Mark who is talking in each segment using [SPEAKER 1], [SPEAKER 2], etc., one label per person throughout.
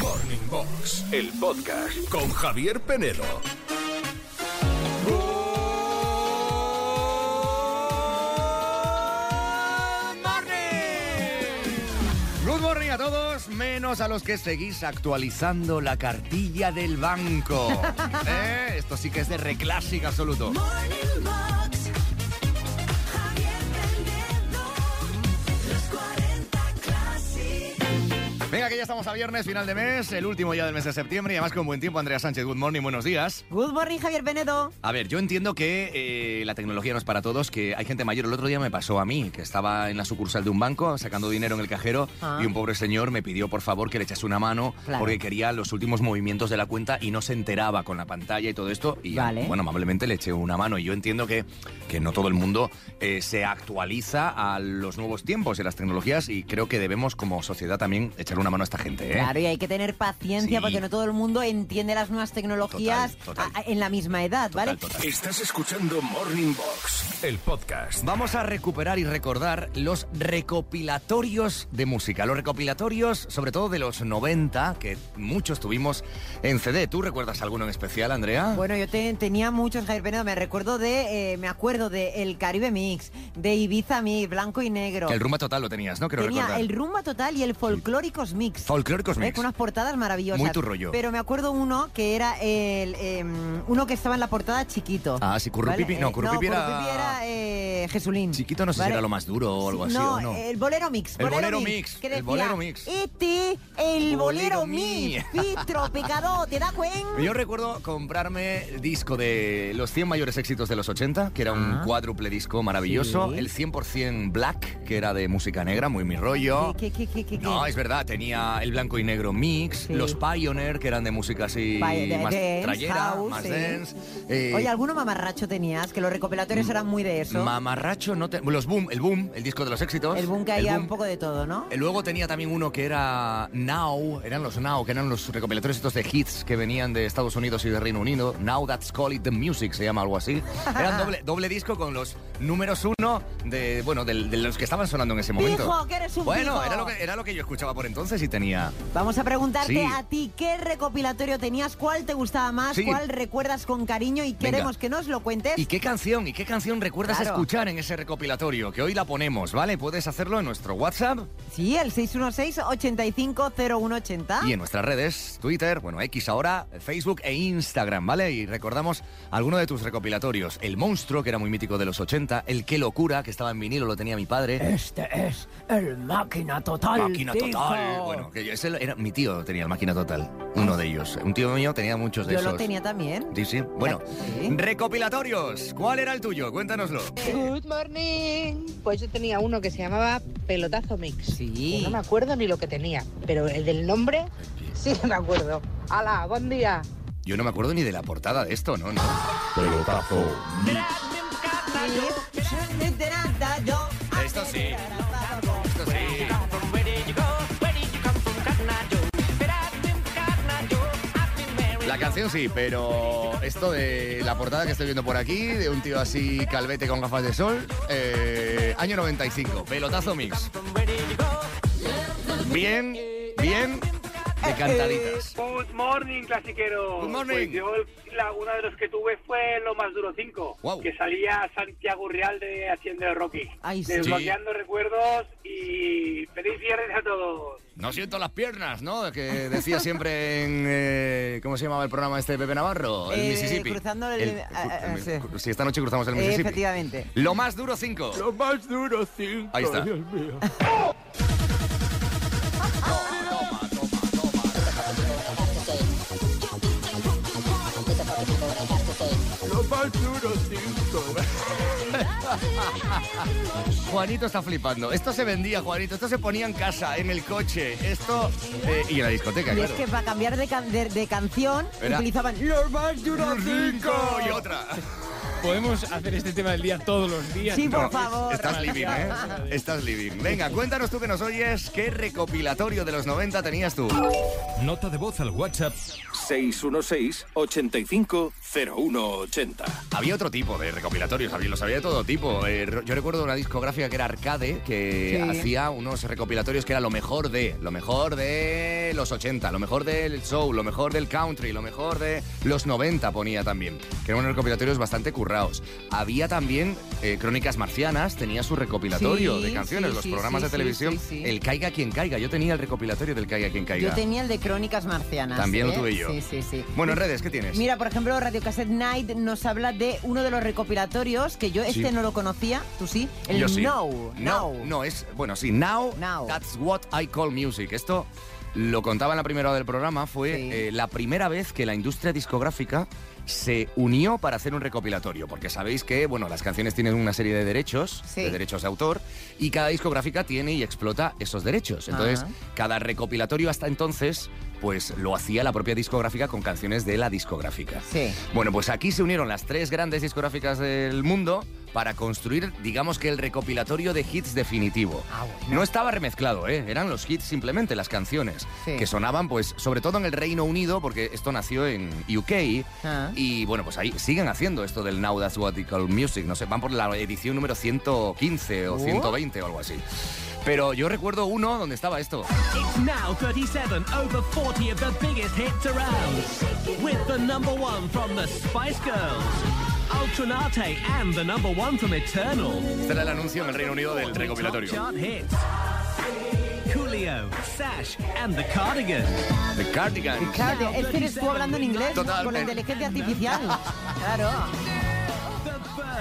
[SPEAKER 1] Morning Box, el podcast con Javier Penedo.
[SPEAKER 2] Good morning a todos, menos a los que seguís actualizando la cartilla del banco. ¿Eh? Esto sí que es de reclásico absoluto.
[SPEAKER 3] Morning Box, Javier Penedo, los 40 Classic.
[SPEAKER 2] Venga, que ya estamos a viernes, final de mes, el último día del mes de septiembre y además con buen tiempo, Andrea Sánchez. Good morning, buenos días.
[SPEAKER 4] Good morning, Javier Benedo.
[SPEAKER 2] A ver, yo entiendo que eh, la tecnología no es para todos, que hay gente mayor. El otro día me pasó a mí, que estaba en la sucursal de un banco sacando dinero en el cajero
[SPEAKER 4] Ah.
[SPEAKER 2] y un pobre señor me pidió por favor que le echase una mano
[SPEAKER 4] Claro.
[SPEAKER 2] porque quería los últimos movimientos de la cuenta y no se enteraba con la pantalla y todo esto. Y
[SPEAKER 4] Vale.
[SPEAKER 2] bueno, amablemente le eché una mano. Y yo entiendo que, que no todo el mundo eh, se actualiza a los nuevos tiempos y a las tecnologías y creo que debemos como sociedad también echar una mano a esta gente. ¿eh?
[SPEAKER 4] Claro, y hay que tener paciencia
[SPEAKER 2] Sí.
[SPEAKER 4] porque no todo el mundo entiende las nuevas tecnologías
[SPEAKER 2] Total, total.
[SPEAKER 4] a- a- en la misma edad,
[SPEAKER 2] Total,
[SPEAKER 4] ¿vale?
[SPEAKER 2] total.
[SPEAKER 1] Estás escuchando Morning Box, el podcast.
[SPEAKER 2] Vamos a recuperar y recordar los recopilatorios de música. Los recopilatorios, sobre todo de los 90, que muchos tuvimos en CD. ¿Tú recuerdas alguno en especial, Andrea?
[SPEAKER 4] Bueno, yo te- tenía muchos Javier Benedo. Me recuerdo de, eh, me acuerdo de El Caribe Mix, de Ibiza Mix, Blanco y Negro.
[SPEAKER 2] el rumba total lo tenías, ¿no? Quiero
[SPEAKER 4] Tenía
[SPEAKER 2] recordar.
[SPEAKER 4] el Rumba Total y el Folclóricos Mix.
[SPEAKER 2] Folclóricos
[SPEAKER 4] Eh,
[SPEAKER 2] Mix.
[SPEAKER 4] Con unas portadas maravillosas.
[SPEAKER 2] Muy tu rollo.
[SPEAKER 4] Pero me acuerdo uno que era el, eh, uno que estaba en la portada chiquito.
[SPEAKER 2] Ah, sí, Currupipi- no,
[SPEAKER 4] Eh,
[SPEAKER 2] Currupipi era-
[SPEAKER 4] era, eh, Jesulín.
[SPEAKER 2] Chiquito no sé si
[SPEAKER 4] ¿vale?
[SPEAKER 2] era lo más duro o algo
[SPEAKER 4] Sí,
[SPEAKER 2] así,
[SPEAKER 4] no,
[SPEAKER 2] ¿o no?
[SPEAKER 4] el bolero mix.
[SPEAKER 2] El bolero mix,
[SPEAKER 4] que
[SPEAKER 2] el
[SPEAKER 4] decía,
[SPEAKER 2] bolero mix.
[SPEAKER 4] Este, el
[SPEAKER 2] Bolero
[SPEAKER 4] bolero,
[SPEAKER 2] mí".
[SPEAKER 4] mix. Pitro, pecado, ¿te da cuenta?
[SPEAKER 2] Yo recuerdo comprarme el disco de los 100 mayores éxitos de los 80, que era un
[SPEAKER 4] Ah.
[SPEAKER 2] cuádruple disco maravilloso.
[SPEAKER 4] Sí.
[SPEAKER 2] El 100% Black, que era de música negra, muy mi rollo.
[SPEAKER 4] ¿Qué, qué, qué, qué, qué?
[SPEAKER 2] No, es verdad, tenía el blanco y negro mix,
[SPEAKER 4] Sí.
[SPEAKER 2] los Pioneer, que eran de música así
[SPEAKER 4] Pa- de-
[SPEAKER 2] más
[SPEAKER 4] dance,
[SPEAKER 2] trayera,
[SPEAKER 4] house,
[SPEAKER 2] más
[SPEAKER 4] sí.
[SPEAKER 2] dance. eh,
[SPEAKER 4] Oye, ¿alguno mamarracho tenías? Que los recopilatorios eran muy de eso.
[SPEAKER 2] Mamarracho, no te- los Boom, el Boom, el disco de los éxitos.
[SPEAKER 4] el boom que
[SPEAKER 2] el
[SPEAKER 4] había
[SPEAKER 2] Boom.
[SPEAKER 4] un poco de todo, ¿no?
[SPEAKER 2] Eh, Luego tenía también uno que era Now, eran los Now, que eran los recopilatorios estos de hits que venían de Estados Unidos y de Reino Unido. Now That's Call It The Music se llama algo así. Eran doble, doble disco con los números uno de, bueno, del- de, los que estaban sonando en ese momento.
[SPEAKER 4] Pijo, que eres un
[SPEAKER 2] bueno,
[SPEAKER 4] pijo.
[SPEAKER 2] era lo, que, era lo que yo escuchaba por entonces y tenía...
[SPEAKER 4] Vamos a preguntarte
[SPEAKER 2] Sí.
[SPEAKER 4] a ti qué recopilatorio tenías, cuál te gustaba más,
[SPEAKER 2] Sí.
[SPEAKER 4] cuál recuerdas con cariño y queremos que nos lo cuentes.
[SPEAKER 2] ¿Y qué canción? ¿Y qué canción recuerdas
[SPEAKER 4] Claro.
[SPEAKER 2] escuchar en ese recopilatorio? Que hoy la ponemos, ¿vale? Puedes hacerlo en nuestro WhatsApp
[SPEAKER 4] Sí, el 616-850180.
[SPEAKER 2] y en nuestras redes, Twitter, bueno, X ahora, Facebook e Instagram, ¿vale? Y recordamos alguno de tus recopilatorios. El Monstruo, que era muy mítico de los 80, El Qué Locura, que estaba en vinilo, lo tenía mi padre.
[SPEAKER 5] Este es el máquina total.
[SPEAKER 2] Máquina
[SPEAKER 5] dijo.
[SPEAKER 2] Total. Bueno, que ese era mi tío tenía el Máquina Total, uno de ellos. Un tío mío tenía muchos de
[SPEAKER 4] Yo
[SPEAKER 2] esos.
[SPEAKER 4] lo tenía también.
[SPEAKER 2] Sí, sí. Bueno,
[SPEAKER 4] Sí.
[SPEAKER 2] recopilatorios. ¿Cuál era el tuyo? Cuéntanoslo.
[SPEAKER 6] Good morning. Pues yo tenía uno que se llamaba Pelotazo Mix.
[SPEAKER 4] Sí.
[SPEAKER 6] Que No me acuerdo ni lo que tenía, pero el del nombre sí que me acuerdo. ¡Hala! ¡Buen día!
[SPEAKER 2] Yo no me acuerdo ni de la portada de esto, ¿no? no. Esto sí. Esto sí. La canción sí, pero esto de la portada que estoy viendo por aquí, de un tío así calvete con gafas de sol, eh, año 95, pelotazo mix. Bien, bien, de cantaditas.
[SPEAKER 7] Good morning, clasiquero.
[SPEAKER 2] Good morning.
[SPEAKER 7] Pues yo, la, uno de los que tuve fue Lo Más Duro 5,
[SPEAKER 2] Wow.
[SPEAKER 7] que salía Santiago Real de Haciendo el Rocky.
[SPEAKER 4] Ay, sí.
[SPEAKER 7] Desbloqueando recuerdos y feliz viernes a todos.
[SPEAKER 2] No siento las piernas, ¿no? Que decía siempre en... eh, ¿Cómo se llamaba el programa este de Pepe Navarro? El
[SPEAKER 4] Eh,
[SPEAKER 2] Mississippi.
[SPEAKER 4] cruzando el-
[SPEAKER 2] El-
[SPEAKER 4] ah, ah,
[SPEAKER 2] cru-
[SPEAKER 4] sí.
[SPEAKER 2] cru- Si esta noche cruzamos el
[SPEAKER 4] Eh,
[SPEAKER 2] Mississippi.
[SPEAKER 4] efectivamente.
[SPEAKER 2] Lo más duro 5.
[SPEAKER 5] Lo más duro, cinco.
[SPEAKER 2] Ahí está.
[SPEAKER 5] Dios mío. Lo más duro, cinco.
[SPEAKER 2] Juanito está flipando. Esto se vendía, Juanito. Esto se ponía en casa, en el coche. Esto. eh, y en la discoteca,
[SPEAKER 4] Y es
[SPEAKER 2] claro.
[SPEAKER 4] que para cambiar de, can- de- de canción
[SPEAKER 2] Era-
[SPEAKER 4] utilizaban
[SPEAKER 2] Los más duro cinco! Y otra.
[SPEAKER 8] Podemos hacer este tema del día todos los días.
[SPEAKER 4] Sí, por
[SPEAKER 2] No,
[SPEAKER 4] favor.
[SPEAKER 2] Estás living, ¿eh? Estás living. Venga, cuéntanos tú que nos oyes, ¿qué recopilatorio de los 90 tenías tú?
[SPEAKER 1] Nota de voz al WhatsApp 616-850180.
[SPEAKER 2] Había otro tipo de recopilatorios, había, los había de todo tipo. Eh, ro- yo recuerdo una discográfica que era Arcade, que
[SPEAKER 4] Sí.
[SPEAKER 2] hacía unos recopilatorios que era lo mejor de, lo mejor de los 80, lo mejor del show, lo mejor del country, lo mejor de los 90 ponía también, que eran unos recopilatorios bastante currados. Había también eh, Crónicas Marcianas, tenía su recopilatorio
[SPEAKER 4] Sí,
[SPEAKER 2] de canciones,
[SPEAKER 4] sí,
[SPEAKER 2] los
[SPEAKER 4] sí,
[SPEAKER 2] programas
[SPEAKER 4] sí,
[SPEAKER 2] de
[SPEAKER 4] sí,
[SPEAKER 2] televisión,
[SPEAKER 4] sí, sí.
[SPEAKER 2] el Caiga quien caiga, yo tenía el recopilatorio del Caiga quien caiga.
[SPEAKER 4] Yo tenía el de Crónicas Marcianas.
[SPEAKER 2] También lo
[SPEAKER 4] ¿eh?
[SPEAKER 2] tuve yo.
[SPEAKER 4] Sí, sí, sí.
[SPEAKER 2] Bueno, en redes, ¿qué tienes?
[SPEAKER 4] Mira, por ejemplo, Radio Cassette Night nos habla de uno de los recopilatorios que yo este
[SPEAKER 2] Sí.
[SPEAKER 4] no lo conocía, tú sí, el
[SPEAKER 2] Yo sí.
[SPEAKER 4] No,
[SPEAKER 2] No, no, es. Bueno, sí, now,
[SPEAKER 4] Now.
[SPEAKER 2] That's what I call music. Esto lo contaba en la primera hora del programa. Fue
[SPEAKER 4] Sí.
[SPEAKER 2] eh, la primera vez que la industria discográfica se unió para hacer un recopilatorio. Porque sabéis que, bueno, las canciones tienen una serie de derechos,
[SPEAKER 4] Sí.
[SPEAKER 2] de derechos de autor, y cada discográfica tiene y explota esos derechos. Entonces,
[SPEAKER 4] Ajá.
[SPEAKER 2] cada recopilatorio hasta entonces, pues lo hacía la propia discográfica con canciones de la discográfica.
[SPEAKER 4] Sí.
[SPEAKER 2] Bueno, pues aquí se unieron las tres grandes discográficas del mundo para construir, digamos que el recopilatorio de hits definitivo.
[SPEAKER 4] Ah, bueno.
[SPEAKER 2] No estaba remezclado, ¿eh? eran los hits simplemente, las canciones,
[SPEAKER 4] Sí.
[SPEAKER 2] que sonaban pues sobre todo en el Reino Unido, porque esto nació en UK,
[SPEAKER 4] Ah.
[SPEAKER 2] y bueno, pues ahí siguen haciendo esto del Now That's What We Call Music, no sé, van por la edición número 115 o
[SPEAKER 4] Oh.
[SPEAKER 2] 120 o algo así. Pero yo recuerdo uno donde estaba esto.
[SPEAKER 9] It's now 37, over 40 of the biggest hits around. With the number one from the Spice Girls, Ultranate, and the number one from Eternal.
[SPEAKER 2] Este era el anuncio en el Reino Unido del
[SPEAKER 9] Top
[SPEAKER 2] recopilatorio.
[SPEAKER 9] chart hits. Coolio, Sash, and the Cardigan.
[SPEAKER 2] The Cardigan.
[SPEAKER 4] Claro, te- es que eres tú hablando en inglés
[SPEAKER 2] Totalmente.
[SPEAKER 4] con la inteligencia artificial. Claro.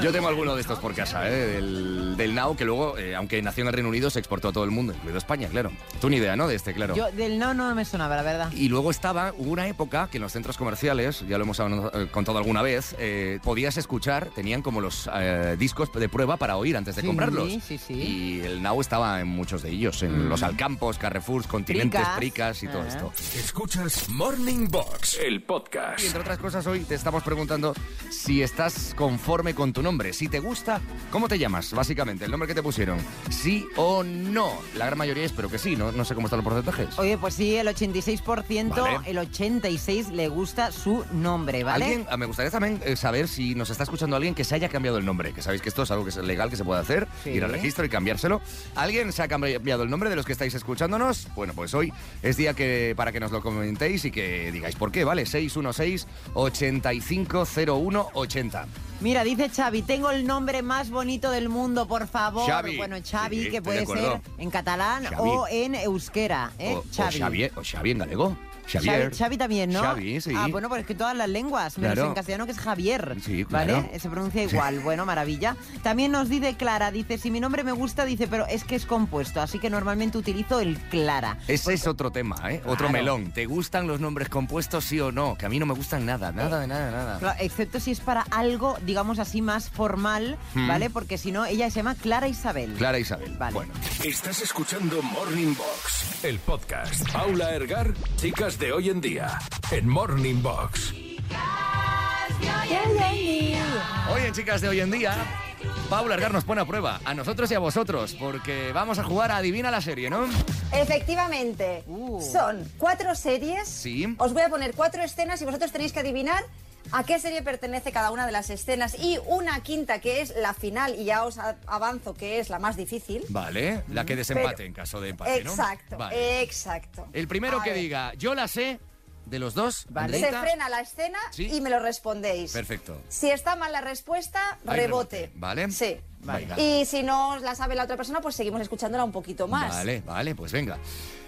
[SPEAKER 2] Yo tengo alguno de estos por casa, ¿eh? del, del Now, que luego, eh, aunque nació en el Reino Unido, se exportó a todo el mundo, incluido España, claro. Tú ni idea, ¿no? De este, claro.
[SPEAKER 4] Yo del no no me sonaba, la verdad.
[SPEAKER 2] Y luego estaba, hubo una época que en los centros comerciales, ya lo hemos habl- eh, contado alguna vez, eh, podías escuchar, tenían como los eh, discos de prueba para oír antes de
[SPEAKER 4] Sí,
[SPEAKER 2] comprarlos.
[SPEAKER 4] sí, Mm. sí.
[SPEAKER 2] Y el Now estaba en muchos de ellos, en los Alcampos, Carrefours, Continentes,
[SPEAKER 4] Tricas.
[SPEAKER 2] Tricas y todo
[SPEAKER 4] Ah.
[SPEAKER 2] esto.
[SPEAKER 1] Escuchas Morning Box, el
[SPEAKER 2] Y
[SPEAKER 1] podcast.
[SPEAKER 2] entre otras cosas, hoy te estamos preguntando si estás conforme con tu nombre, si te gusta, cómo te llamas, básicamente, el nombre que te pusieron. Sí o no. La gran mayoría espero que sí, no, no sé cómo están los porcentajes.
[SPEAKER 4] Oye, pues sí, el 86%,
[SPEAKER 2] Vale.
[SPEAKER 4] el 86 le gusta su nombre, ¿vale?
[SPEAKER 2] Alguien, ah, me gustaría también eh, saber si nos está escuchando alguien que se haya cambiado el nombre, que sabéis que esto es algo que es legal, que se puede hacer,
[SPEAKER 4] Sí.
[SPEAKER 2] ir al registro y cambiárselo. ¿Alguien se ha cambiado el nombre de los que estáis escuchándonos? Bueno, pues hoy es día que para que nos lo comentéis y que digáis por qué, ¿vale? 616-850180.
[SPEAKER 4] Mira, dice Xavi, tengo el nombre más bonito del mundo, por favor.
[SPEAKER 2] Xavi.
[SPEAKER 4] Bueno, Xavi,
[SPEAKER 2] Sí, estoy
[SPEAKER 4] que
[SPEAKER 2] de
[SPEAKER 4] puede ser
[SPEAKER 2] acuerdo.
[SPEAKER 4] en catalán
[SPEAKER 2] Xavi.
[SPEAKER 4] o en euskera, ¿eh?
[SPEAKER 2] O, o Xavier, o Xavi en galego. Xavier.
[SPEAKER 4] Xavi, Xavi también, ¿no?
[SPEAKER 2] Xavi, sí.
[SPEAKER 4] Ah, bueno, pues es que todas las lenguas, menos
[SPEAKER 2] Claro.
[SPEAKER 4] en castellano que es Javier,
[SPEAKER 2] Sí, claro.
[SPEAKER 4] ¿vale? Eh, Se pronuncia igual, bueno, maravilla. También nos dice Clara, dice, si mi nombre me gusta, dice, pero es que es compuesto, así que normalmente utilizo el Clara.
[SPEAKER 2] Ese es otro tema, ¿eh? Otro
[SPEAKER 4] Claro.
[SPEAKER 2] melón. ¿Te gustan los nombres compuestos, sí o no? Que a mí no me gustan nada, nada, de nada, nada.
[SPEAKER 4] Claro, Excepto si es para algo, digamos así, más formal, ¿vale? Porque si no, ella se llama Clara Isabel.
[SPEAKER 2] Hmm. Clara Isabel.
[SPEAKER 4] Vale.
[SPEAKER 2] Bueno.
[SPEAKER 1] Estás escuchando Morning Box, el podcast. Paula Ergar, chicas de hoy en día, en Morning Box.
[SPEAKER 2] Hoy en Chicas de Hoy en Día, Paula Argar nos pone a prueba, a nosotros y a vosotros, porque vamos a jugar a Adivina la serie, ¿no?
[SPEAKER 10] Efectivamente.
[SPEAKER 4] Uh.
[SPEAKER 10] Son cuatro series.
[SPEAKER 2] Sí.
[SPEAKER 10] Os voy a poner cuatro escenas y vosotros tenéis que adivinar a qué serie pertenece cada una de las escenas. Y una quinta que es la final, y ya os a- avanzo que es la más difícil.
[SPEAKER 2] Vale, la que desempate
[SPEAKER 10] Pero-
[SPEAKER 2] en caso de empate, ¿no?
[SPEAKER 10] exacto,
[SPEAKER 4] Eh,
[SPEAKER 2] Vale.
[SPEAKER 10] exacto.
[SPEAKER 2] El primero
[SPEAKER 10] A
[SPEAKER 2] que
[SPEAKER 10] ver,
[SPEAKER 2] diga, yo la sé, de los dos,
[SPEAKER 4] Vale.
[SPEAKER 10] Se
[SPEAKER 2] Andreita,
[SPEAKER 10] frena la escena
[SPEAKER 2] Sí.
[SPEAKER 10] y me lo respondéis.
[SPEAKER 2] Perfecto.
[SPEAKER 10] Si está mal la respuesta,
[SPEAKER 2] Hay
[SPEAKER 10] rebote.
[SPEAKER 2] rebote, ¿vale?
[SPEAKER 10] Sí.
[SPEAKER 2] Venga.
[SPEAKER 10] Y si no la sabe la otra persona, pues seguimos escuchándola un poquito más.
[SPEAKER 2] Vale, vale, pues venga.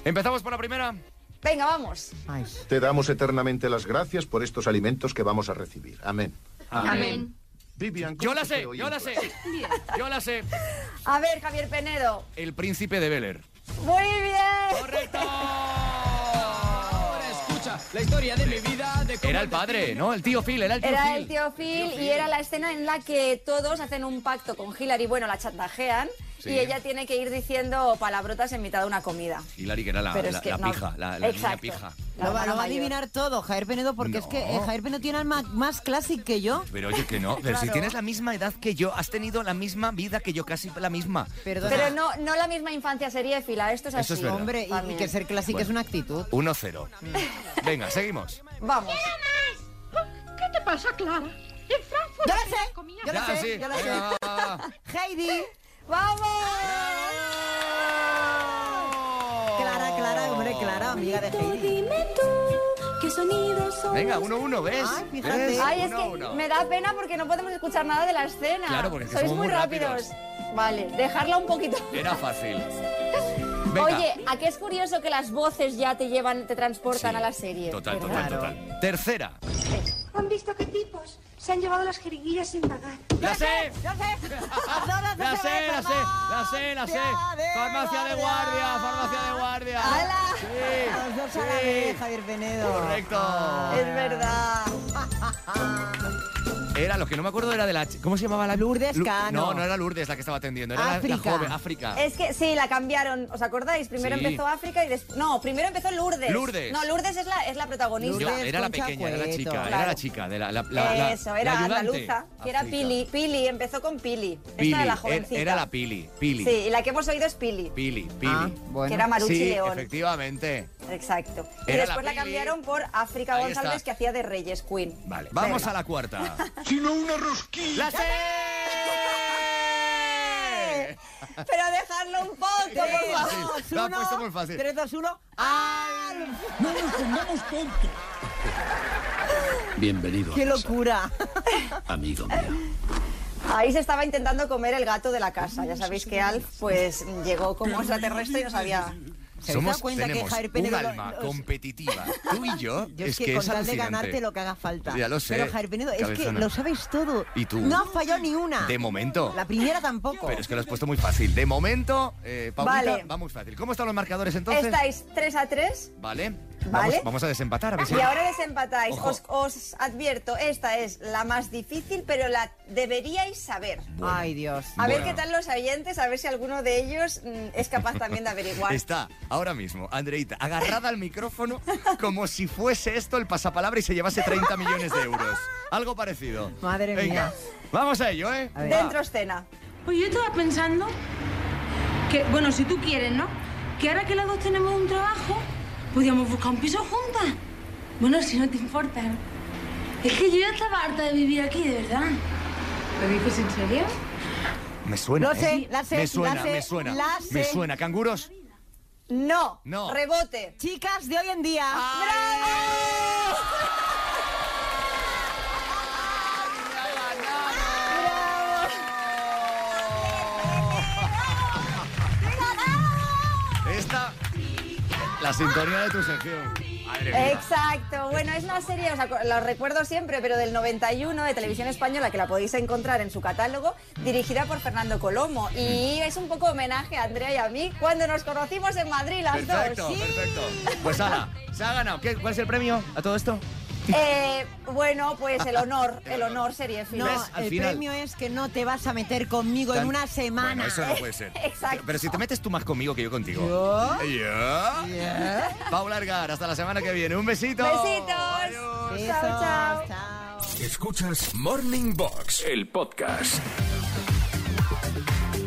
[SPEAKER 2] Empezamos por la primera.
[SPEAKER 10] Venga, vamos.
[SPEAKER 4] Ay.
[SPEAKER 11] Te damos eternamente las gracias por estos alimentos que vamos a recibir. Amén.
[SPEAKER 10] Amén.
[SPEAKER 11] Vivian, ¿cómo
[SPEAKER 2] Yo la
[SPEAKER 11] te
[SPEAKER 2] sé,
[SPEAKER 11] quedó
[SPEAKER 2] yo la
[SPEAKER 11] Ian?
[SPEAKER 2] sé. Yo la sé.
[SPEAKER 10] A ver, Javier Penedo.
[SPEAKER 2] El príncipe de Bel Air.
[SPEAKER 10] Muy bien.
[SPEAKER 2] ¡Correcto!
[SPEAKER 8] Escucha, la historia de mi vida
[SPEAKER 2] Era el padre, ¿no? El tío Phil, era el tío
[SPEAKER 10] Era
[SPEAKER 2] Phil.
[SPEAKER 10] el tío Phil y era la escena en la que todos hacen un pacto con Hillary, bueno, la chantajean
[SPEAKER 2] Sí.
[SPEAKER 10] y ella tiene que ir diciendo palabrotas en mitad de una comida.
[SPEAKER 2] Hilary, que era la,
[SPEAKER 10] Pero es
[SPEAKER 2] la-
[SPEAKER 10] que
[SPEAKER 2] la
[SPEAKER 10] no.
[SPEAKER 2] pija, la, la niña
[SPEAKER 10] Exacto.
[SPEAKER 2] pija.
[SPEAKER 4] Lo
[SPEAKER 10] La
[SPEAKER 4] va,
[SPEAKER 10] hermana
[SPEAKER 4] lo va a
[SPEAKER 10] mayor.
[SPEAKER 4] adivinar todo, Javier Penedo, porque es que eh, Javier Penedo tiene alma más clásica que yo.
[SPEAKER 2] Pero oye, que no. Pero si
[SPEAKER 4] Claro.
[SPEAKER 2] tienes la misma edad que yo, has tenido la misma vida que yo, casi la misma.
[SPEAKER 10] Pero no, no la misma infancia sería fila, esto es
[SPEAKER 2] Eso
[SPEAKER 10] así.
[SPEAKER 2] es verdad. Hombre,
[SPEAKER 4] y- y que ser clásica
[SPEAKER 2] Bueno. es una
[SPEAKER 4] actitud.
[SPEAKER 2] 1-0. Venga, seguimos.
[SPEAKER 10] Vamos.
[SPEAKER 12] ¿Qué te pasa, Clara? En Frankfurt.
[SPEAKER 4] Yo lo sé, yo lo
[SPEAKER 2] Ya,
[SPEAKER 4] sé,
[SPEAKER 2] sí.
[SPEAKER 4] yo lo sé.
[SPEAKER 2] Venga, va, va, va.
[SPEAKER 4] Heidi.
[SPEAKER 2] Oh.
[SPEAKER 10] ¡Vamos!
[SPEAKER 4] Clara, Clara, hombre, Clara, amiga de Heidi.
[SPEAKER 10] Dime tú qué sonidos son.
[SPEAKER 2] Venga, 1-1, ¿ves?
[SPEAKER 10] Ay,
[SPEAKER 2] fíjate. ¿Ves?
[SPEAKER 10] Ay, es
[SPEAKER 2] Uno,
[SPEAKER 10] que
[SPEAKER 2] uno.
[SPEAKER 10] me da pena porque no podemos escuchar nada de la escena.
[SPEAKER 2] Claro, porque es que
[SPEAKER 10] sois
[SPEAKER 2] somos
[SPEAKER 10] muy
[SPEAKER 2] muy
[SPEAKER 10] rápidos. Vale, dejarla un poquito.
[SPEAKER 2] Era fácil. Venga.
[SPEAKER 10] Oye, ¿a qué es curioso que las voces ya te llevan, te transportan
[SPEAKER 2] Sí,
[SPEAKER 10] a la serie?
[SPEAKER 2] Total,
[SPEAKER 10] ¿verdad?
[SPEAKER 2] total, total. Tercera.
[SPEAKER 12] ¿Han visto qué tipos? Se han llevado las jeringuillas sin pagar.
[SPEAKER 2] ¡La sé!
[SPEAKER 4] ¡La sé!
[SPEAKER 2] La sé, la sé, la sé, la sé. Farmacia de guardia, farmacia de guardia.
[SPEAKER 4] ¡Hala! Los
[SPEAKER 2] Sí,
[SPEAKER 4] dos a la vez,
[SPEAKER 2] sí.
[SPEAKER 4] Javier Penedo.
[SPEAKER 2] Correcto.
[SPEAKER 4] Es verdad.
[SPEAKER 2] Era lo que no me acuerdo era de la. ch- ¿Cómo se llamaba la
[SPEAKER 4] Lourdes
[SPEAKER 2] Lu-
[SPEAKER 4] Cano.
[SPEAKER 2] No, no era Lourdes la que estaba atendiendo, era la- la,
[SPEAKER 4] África.
[SPEAKER 2] joven, África.
[SPEAKER 10] Es que sí, la cambiaron, ¿os acordáis? Primero
[SPEAKER 2] Ah. Sí.
[SPEAKER 10] empezó África y después... No, primero empezó Lourdes.
[SPEAKER 2] Lourdes.
[SPEAKER 10] No, Lourdes es la, es la
[SPEAKER 2] Yo-
[SPEAKER 10] protagonista.
[SPEAKER 2] era la pequeña, era la chica, era la chica, de la, la, la- la-
[SPEAKER 10] Eso,
[SPEAKER 2] la
[SPEAKER 10] era
[SPEAKER 2] ayudante.
[SPEAKER 10] andaluza, que era
[SPEAKER 2] África.
[SPEAKER 10] Pili. Pili, empezó con Pili.
[SPEAKER 2] Pili,
[SPEAKER 10] Esta era la
[SPEAKER 2] er-
[SPEAKER 10] jovencita.
[SPEAKER 2] Era la Pili, Pili.
[SPEAKER 10] Sí, y la que hemos oído es Pili.
[SPEAKER 2] Pili, Pili.
[SPEAKER 4] Ah,
[SPEAKER 10] Que era Maruchi
[SPEAKER 2] sí,
[SPEAKER 10] León.
[SPEAKER 2] Efectivamente.
[SPEAKER 10] Exacto. Y
[SPEAKER 2] Era la
[SPEAKER 10] después la,
[SPEAKER 2] Pili.
[SPEAKER 10] cambiaron por África
[SPEAKER 2] Ahí
[SPEAKER 10] González,
[SPEAKER 2] está.
[SPEAKER 10] que hacía de Reyes Queen.
[SPEAKER 2] Vale, vamos
[SPEAKER 10] Venga.
[SPEAKER 2] a la cuarta.
[SPEAKER 3] Sino una rosquilla.
[SPEAKER 2] ¡La sé!
[SPEAKER 10] Pero dejarlo un poco, por favor.
[SPEAKER 2] Lo ha puesto muy fácil.
[SPEAKER 4] 3, 2, 1.
[SPEAKER 3] No nos pongamos tontos.
[SPEAKER 1] Bienvenido,
[SPEAKER 4] ¡Qué locura!
[SPEAKER 1] amigo mío.
[SPEAKER 10] Ahí se estaba intentando comer el gato de la casa. Ya sabéis que Alf, pues, llegó como extraterrestre y no sabía...
[SPEAKER 4] ¿Se habéis
[SPEAKER 2] Somos,
[SPEAKER 4] dado cuenta que
[SPEAKER 2] tenemos
[SPEAKER 4] Javier
[SPEAKER 2] un
[SPEAKER 4] Penedo lo-
[SPEAKER 2] alma
[SPEAKER 4] los-
[SPEAKER 2] competitiva. Tú y yo,
[SPEAKER 4] Yo es, que,
[SPEAKER 2] es
[SPEAKER 4] con tal de
[SPEAKER 2] alucinante.
[SPEAKER 4] ganarte lo que haga falta.
[SPEAKER 2] Ya lo sé,
[SPEAKER 4] Pero Javier Penedo, es que
[SPEAKER 2] cabezona.
[SPEAKER 4] lo sabes todo.
[SPEAKER 2] ¿Y tú?
[SPEAKER 4] No has fallado ni una.
[SPEAKER 2] De momento.
[SPEAKER 4] La primera tampoco.
[SPEAKER 2] Pero es que lo has puesto muy fácil. De momento, eh, Paulita,
[SPEAKER 10] Vale.
[SPEAKER 2] va muy fácil. ¿Cómo están los marcadores entonces?
[SPEAKER 10] Estáis 3 a 3
[SPEAKER 2] Vale.
[SPEAKER 10] Vale.
[SPEAKER 2] Vamos, vamos a desempatar. A ver si-
[SPEAKER 10] Ah, y ahora desempatáis.
[SPEAKER 2] Ojo.
[SPEAKER 10] Os, os advierto, esta es la más difícil, pero la deberíais saber.
[SPEAKER 4] Ay, Dios.
[SPEAKER 10] A ver
[SPEAKER 2] Bueno.
[SPEAKER 10] qué tal los oyentes, a ver si alguno de ellos mm, es capaz también de averiguar.
[SPEAKER 2] Está ahora mismo, Andreita, agarrada al micrófono como si fuese esto el pasapalabra y se llevase 30 millones de euros. Algo parecido.
[SPEAKER 4] Madre
[SPEAKER 2] Venga,
[SPEAKER 4] mía.
[SPEAKER 2] vamos a ello, ¿eh? Va.
[SPEAKER 10] Dentro escena.
[SPEAKER 12] Pues yo estaba pensando que, bueno, si tú quieres, ¿no? Que ahora que las dos tenemos un trabajo, podíamos buscar un piso juntas. Bueno, si no te importa. Es que yo ya estaba harta de vivir aquí, de verdad. ¿Lo dices en serio?
[SPEAKER 2] Ah, Me suena.
[SPEAKER 4] Lo sé,
[SPEAKER 2] ¿eh?
[SPEAKER 4] la sé,
[SPEAKER 2] Me suena,
[SPEAKER 4] la sé,
[SPEAKER 2] me suena.
[SPEAKER 4] la
[SPEAKER 2] Me
[SPEAKER 4] sé.
[SPEAKER 2] suena. ¿Canguros?
[SPEAKER 10] No.
[SPEAKER 2] No.
[SPEAKER 10] Rebote.
[SPEAKER 4] Chicas de hoy en día.
[SPEAKER 2] Esta. La sintonía de tu sección. Madre mía.
[SPEAKER 10] Exacto. Bueno, es una serie, os acu- la recuerdo siempre, pero del 91 de Televisión Española, que la podéis encontrar en su catálogo, dirigida por Fernando Colomo.
[SPEAKER 2] Mm.
[SPEAKER 10] Y es un poco homenaje a Andrea y a mí cuando nos conocimos en Madrid las
[SPEAKER 2] Perfecto,
[SPEAKER 10] dos. Sí.
[SPEAKER 2] perfecto. Pues ala, se ha ganado. ¿Qué- ¿Cuál es el premio a todo esto?
[SPEAKER 10] Eh, bueno, pues el honor, el honor sería
[SPEAKER 4] No,
[SPEAKER 2] ¿Ves? Al
[SPEAKER 4] el
[SPEAKER 2] final.
[SPEAKER 4] premio es que no te vas a meter conmigo
[SPEAKER 2] Tan-
[SPEAKER 4] en una semana.
[SPEAKER 2] Bueno, eso no puede ser.
[SPEAKER 10] Exacto.
[SPEAKER 2] Pero si te metes tú más conmigo que yo contigo.
[SPEAKER 4] ¿Yo?
[SPEAKER 2] ¿Yo? Paula Argar, hasta la semana que viene. Un besito.
[SPEAKER 10] Besitos.
[SPEAKER 4] Besos,
[SPEAKER 10] Chao, chao.
[SPEAKER 4] chao.
[SPEAKER 1] Escuchas Morning Box, el podcast.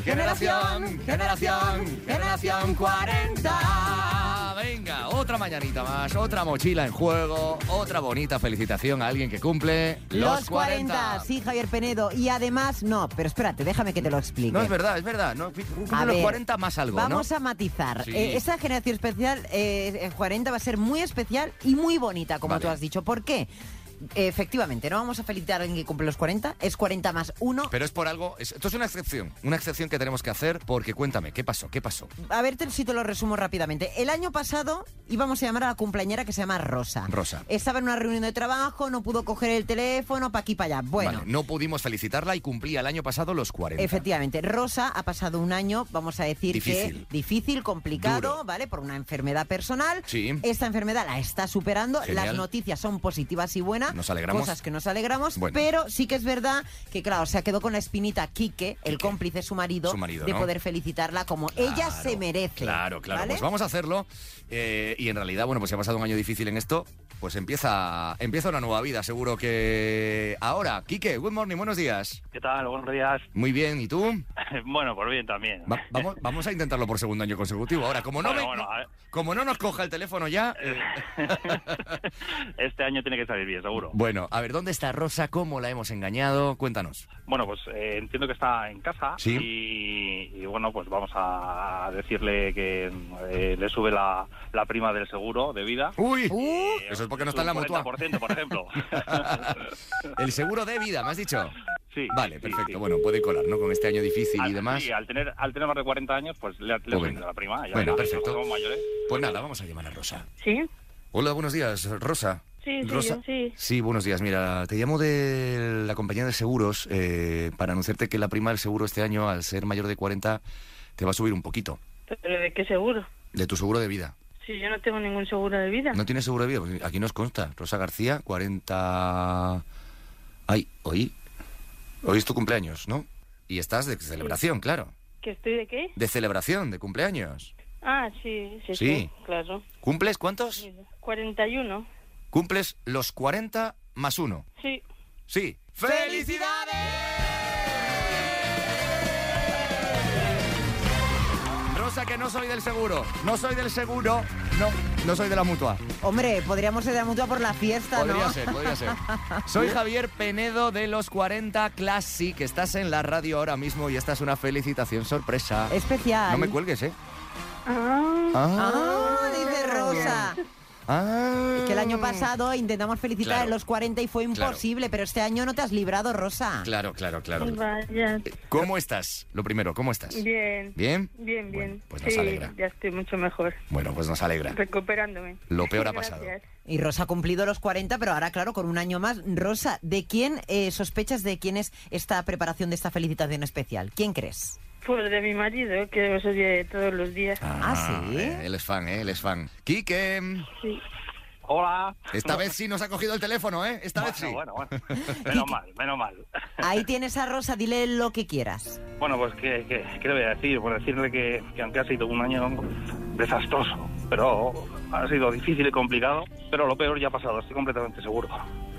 [SPEAKER 2] Generación, generación, generación 40. Venga, otra mañanita más, otra mochila en juego, otra bonita felicitación a alguien que cumple
[SPEAKER 4] Los 40, sí, Javier Penedo. Y además, no, pero espérate, déjame que te lo explique.
[SPEAKER 2] No, es verdad, es verdad. No,
[SPEAKER 4] A
[SPEAKER 2] cumple los
[SPEAKER 4] ver,
[SPEAKER 2] 40 más algo, ¿no?
[SPEAKER 4] Vamos a matizar.
[SPEAKER 2] Sí.
[SPEAKER 4] Eh, esta generación especial, eh, eh, 40, va a ser muy especial y muy bonita, como
[SPEAKER 2] Vale.
[SPEAKER 4] tú has dicho. ¿Por qué? efectivamente, no vamos a felicitar a alguien que cumple los 40, es 40 más 1.
[SPEAKER 2] Pero es por algo. es- esto es una excepción. Una excepción que tenemos que hacer porque cuéntame, ¿qué pasó? ¿Qué pasó?
[SPEAKER 4] A ver te- si te lo resumo rápidamente. El año pasado íbamos a llamar a la cumpleañera que se llama Rosa.
[SPEAKER 2] Rosa.
[SPEAKER 4] Estaba en una reunión de trabajo, no pudo coger el teléfono, pa' aquí, pa' allá. Bueno,
[SPEAKER 2] Vale, no pudimos felicitarla y cumplía el año pasado los 40.
[SPEAKER 4] Efectivamente, Rosa ha pasado un año, vamos a decir
[SPEAKER 2] Difícil.
[SPEAKER 4] que difícil, complicado,
[SPEAKER 2] Duro.
[SPEAKER 4] ¿vale? Por una enfermedad personal.
[SPEAKER 2] Sí.
[SPEAKER 4] Esta enfermedad la está superando,
[SPEAKER 2] Genial.
[SPEAKER 4] las noticias son positivas y buenas,
[SPEAKER 2] Nos alegramos.
[SPEAKER 4] cosas que nos alegramos,
[SPEAKER 2] Bueno.
[SPEAKER 4] pero sí que es verdad que, claro, se quedó con la espinita Quique, el cómplice, su marido,
[SPEAKER 2] Su marido,
[SPEAKER 4] de
[SPEAKER 2] ¿no?
[SPEAKER 4] poder felicitarla como ella se merece.
[SPEAKER 2] Claro, claro.
[SPEAKER 4] ¿vale?
[SPEAKER 2] Pues vamos a hacerlo. eh, y en realidad, bueno, pues si ha pasado un año difícil en esto, pues empieza, empieza una nueva vida. Seguro que ahora, Quique, good morning, buenos días.
[SPEAKER 13] ¿Qué tal? Buenos días.
[SPEAKER 2] Muy bien, ¿y tú?
[SPEAKER 13] bueno, pues bien también.
[SPEAKER 2] Va- vamos, vamos a intentarlo por segundo año consecutivo. Ahora, como no,
[SPEAKER 13] Bueno,
[SPEAKER 2] me-
[SPEAKER 13] bueno, a ver.
[SPEAKER 2] como no nos coja el teléfono ya... eh,
[SPEAKER 13] Este año tiene que salir bien, seguro.
[SPEAKER 2] bueno, a ver, ¿dónde está Rosa? ¿Cómo la hemos engañado? Cuéntanos.
[SPEAKER 13] Bueno, pues eh, entiendo que está en casa
[SPEAKER 2] Sí.
[SPEAKER 13] y, y, bueno, pues vamos a decirle que eh, le sube la, la prima del seguro de vida.
[SPEAKER 2] ¡Uy!
[SPEAKER 13] Eh,
[SPEAKER 2] Eso es porque no está en la
[SPEAKER 13] un
[SPEAKER 2] mutua.
[SPEAKER 13] 40%, por ejemplo.
[SPEAKER 2] El seguro de vida, ¿me has dicho?
[SPEAKER 13] Sí.
[SPEAKER 2] Vale, perfecto. Bueno, puede colar, ¿no? Con este año difícil y
[SPEAKER 13] Al-
[SPEAKER 2] demás.
[SPEAKER 13] Sí, al tener, al tener más de 40 años, pues le, le
[SPEAKER 2] Pues
[SPEAKER 13] sube
[SPEAKER 2] venga.
[SPEAKER 13] la prima. Ya
[SPEAKER 2] Bueno,
[SPEAKER 13] está,
[SPEAKER 2] perfecto.
[SPEAKER 13] somos mayores.
[SPEAKER 2] Pues nada, vamos a llamar a Rosa.
[SPEAKER 14] ¿Sí?
[SPEAKER 2] Hola, buenos días, Rosa.
[SPEAKER 14] Sí, sí,
[SPEAKER 2] Rosa.
[SPEAKER 14] yo, sí.
[SPEAKER 2] buenos días. Mira, te llamo de la compañía de seguros eh, para anunciarte que la prima del seguro este año, al ser mayor de 40, te va a subir un poquito.
[SPEAKER 14] ¿Pero de qué seguro?
[SPEAKER 2] De tu seguro de vida.
[SPEAKER 14] Si yo no tengo ningún seguro de vida.
[SPEAKER 2] ¿No tienes seguro de vida? Pues aquí nos consta. Rosa García, 40... Ay, hoy... Hoy es tu cumpleaños, ¿no? Y estás de celebración, claro.
[SPEAKER 14] ¿Que estoy de qué?
[SPEAKER 2] De celebración, de cumpleaños.
[SPEAKER 14] Ah, sí, sí, sí,
[SPEAKER 2] Sí.
[SPEAKER 14] claro.
[SPEAKER 2] ¿Cumples cuántos?
[SPEAKER 14] 41.
[SPEAKER 2] Cumples los 40 más uno.
[SPEAKER 14] Sí.
[SPEAKER 2] Sí.
[SPEAKER 14] ¡Felicidades!
[SPEAKER 2] Rosa, que no soy del seguro. No soy del seguro. No, no soy de la mutua.
[SPEAKER 4] Hombre, podríamos ser de la mutua por la fiesta,
[SPEAKER 2] Podría
[SPEAKER 4] ¿no?
[SPEAKER 2] ser, podría ser. Soy Javier Penedo de los 40 Classic. Estás en la radio ahora mismo y esta es una felicitación sorpresa.
[SPEAKER 4] Especial.
[SPEAKER 2] No me cuelgues, ¿eh?
[SPEAKER 14] Ah.
[SPEAKER 4] Ah, dice Rosa.
[SPEAKER 2] Ah.
[SPEAKER 4] Que el año pasado intentamos felicitar
[SPEAKER 2] Claro.
[SPEAKER 4] a los 40 y fue
[SPEAKER 2] Claro.
[SPEAKER 4] imposible, pero este año no te has librado, Rosa.
[SPEAKER 2] Claro, claro, claro.
[SPEAKER 14] Vaya.
[SPEAKER 2] ¿Cómo estás? Lo primero, ¿cómo estás?
[SPEAKER 14] Ah, Bien.
[SPEAKER 2] ¿Bien?
[SPEAKER 14] Bien, bien.
[SPEAKER 2] pues nos
[SPEAKER 14] sí,
[SPEAKER 2] alegra.
[SPEAKER 14] ya estoy mucho mejor.
[SPEAKER 2] Bueno, pues nos alegra.
[SPEAKER 14] Recuperándome.
[SPEAKER 2] Lo peor ha pasado.
[SPEAKER 14] Gracias.
[SPEAKER 4] Y Rosa ha cumplido los 40, pero ahora, claro, con un año más. Rosa, ¿de quién eh, sospechas de quién es esta preparación de esta felicitación especial? ¿Quién crees?
[SPEAKER 14] Pues de mi marido, que os oye todos los días.
[SPEAKER 4] Ah, sí.
[SPEAKER 2] eh, él es fan, ¿eh? Él es fan. Quique.
[SPEAKER 14] Sí.
[SPEAKER 13] Hola.
[SPEAKER 2] Esta vez sí nos ha cogido el teléfono, ¿eh? Esta vez sí.
[SPEAKER 13] Bueno, bueno. Menos mal, menos mal.
[SPEAKER 4] Ahí tienes a Rosa, dile lo que quieras.
[SPEAKER 13] Bueno, pues ¿qué, qué, qué le voy a decir? Pues decirle que, que aunque ha sido un año desastroso, pero ha sido difícil y complicado, pero lo peor ya ha pasado, estoy completamente seguro.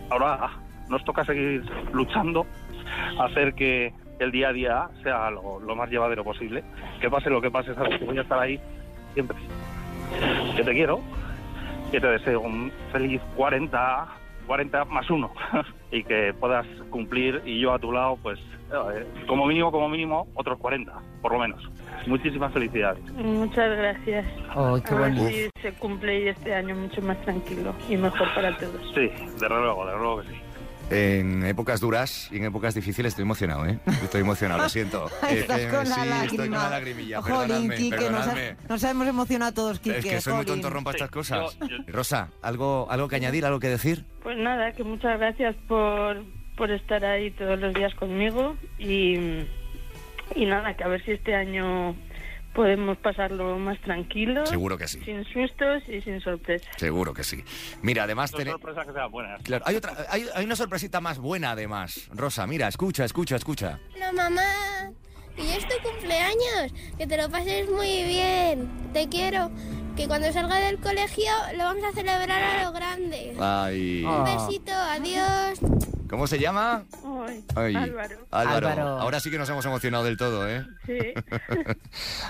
[SPEAKER 13] Ahora nos toca seguir luchando, hacer que el día a día sea lo, lo más llevadero posible, que pase lo que pase, sabes que voy a estar ahí siempre. Que te quiero, que te deseo un feliz 40, 40 más uno y que puedas cumplir y yo a tu lado, pues eh, como mínimo, como mínimo, otros 40, por lo menos. Muchísimas felicidades.
[SPEAKER 14] Muchas gracias.
[SPEAKER 4] Ay, qué
[SPEAKER 14] A ver
[SPEAKER 4] bonito.
[SPEAKER 14] si se cumple y este año mucho más tranquilo y mejor para todos.
[SPEAKER 13] Sí, de luego, de luego que sí.
[SPEAKER 2] En épocas duras y en épocas difíciles estoy emocionado, ¿eh? Estoy emocionado, lo siento.
[SPEAKER 4] Estás
[SPEAKER 2] Eh,
[SPEAKER 4] con
[SPEAKER 2] sí,
[SPEAKER 4] la
[SPEAKER 2] estoy con
[SPEAKER 4] lágrima.
[SPEAKER 2] la lagrimilla,
[SPEAKER 4] Jolín,
[SPEAKER 2] perdonadme,
[SPEAKER 4] Quique, nos, has-
[SPEAKER 2] perdonadme.
[SPEAKER 4] nos hemos emocionado a todos, Quique.
[SPEAKER 2] Es que soy muy
[SPEAKER 4] jolín.
[SPEAKER 2] tonto, rompa estas cosas. Rosa, ¿algo, ¿algo que añadir, algo que decir?
[SPEAKER 14] Pues nada, que muchas gracias por, por estar ahí todos los días conmigo y, y nada, que a ver si este año podemos pasarlo más tranquilo.
[SPEAKER 2] Seguro que sí.
[SPEAKER 14] Sin sustos y sin sorpresas.
[SPEAKER 2] Seguro que sí. Mira, además...
[SPEAKER 13] Son
[SPEAKER 2] tene-
[SPEAKER 13] sorpresas que sean buenas.
[SPEAKER 2] Claro, hay, otra, hay, hay una sorpresita más buena, además. Rosa, mira, escucha, escucha, escucha.
[SPEAKER 15] Hola mamá, que ya es tu cumpleaños, que te lo pases muy bien, te quiero, que cuando salga del colegio lo vamos a celebrar a lo grande.
[SPEAKER 2] Ay.
[SPEAKER 15] Un besito, adiós.
[SPEAKER 2] ¿Cómo se llama?
[SPEAKER 14] Ay,
[SPEAKER 2] Ay,
[SPEAKER 14] Álvaro.
[SPEAKER 2] Álvaro. Ahora sí que nos hemos emocionado del todo, ¿eh?
[SPEAKER 14] Sí.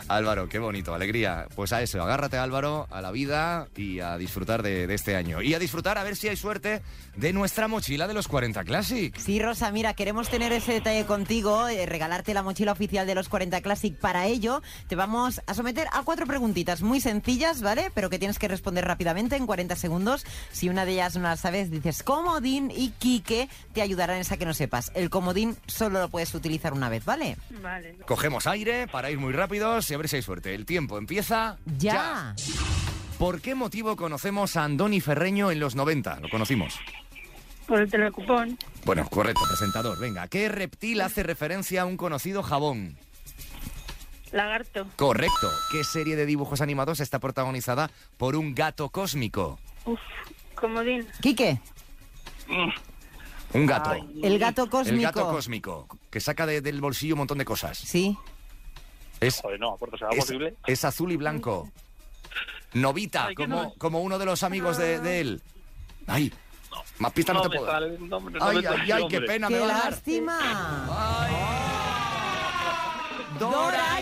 [SPEAKER 2] Álvaro, qué bonito, alegría. Pues a eso, agárrate Álvaro, a la vida y a disfrutar de, de este año. Y a disfrutar, a ver si hay suerte, de nuestra mochila de los 40 Classic.
[SPEAKER 4] Sí, Rosa, mira, queremos tener ese detalle contigo, eh, regalarte la mochila oficial de los 40 Classic. Para ello, te vamos a someter a cuatro preguntitas muy sencillas, ¿vale? Pero que tienes que responder rápidamente en 40 segundos. Si una de ellas no la sabes, dices comodín y Quique te ayudarán en esa que no sepas. El comodín solo lo puedes utilizar una vez, ¿vale?
[SPEAKER 14] Vale.
[SPEAKER 2] Cogemos aire para ir muy rápidos y a ver si hay suerte. El tiempo empieza
[SPEAKER 4] Ya.
[SPEAKER 2] ¿Por qué motivo conocemos a Andoni Ferreño en los 90? Lo conocimos.
[SPEAKER 14] Por Pues el telecupón.
[SPEAKER 2] Bueno, correcto, presentador. Venga, ¿qué reptil hace referencia a un conocido jabón?
[SPEAKER 14] Lagarto.
[SPEAKER 2] Correcto. ¿Qué serie de dibujos animados está protagonizada por un gato cósmico?
[SPEAKER 14] Uf. Comodín.
[SPEAKER 4] Quique.
[SPEAKER 2] Un gato.
[SPEAKER 4] Ay. El gato
[SPEAKER 2] El
[SPEAKER 4] cósmico.
[SPEAKER 2] gato cósmico, que saca de- del bolsillo un montón de cosas.
[SPEAKER 4] Sí.
[SPEAKER 2] Es,
[SPEAKER 13] no, aporto, ¿será
[SPEAKER 2] es-
[SPEAKER 13] posible?
[SPEAKER 2] es azul y blanco. Novita,
[SPEAKER 13] Ay, que
[SPEAKER 2] como,
[SPEAKER 13] no.
[SPEAKER 2] como uno de los amigos de, de él. Ay, más pistas no, te
[SPEAKER 13] me
[SPEAKER 2] puedo. dar.
[SPEAKER 13] sale el nombre, no
[SPEAKER 2] Ay, ay,
[SPEAKER 13] me sale
[SPEAKER 2] ay,
[SPEAKER 13] el nombre.
[SPEAKER 2] qué pena,
[SPEAKER 4] ¡Qué
[SPEAKER 2] me va a dar.
[SPEAKER 4] lástima!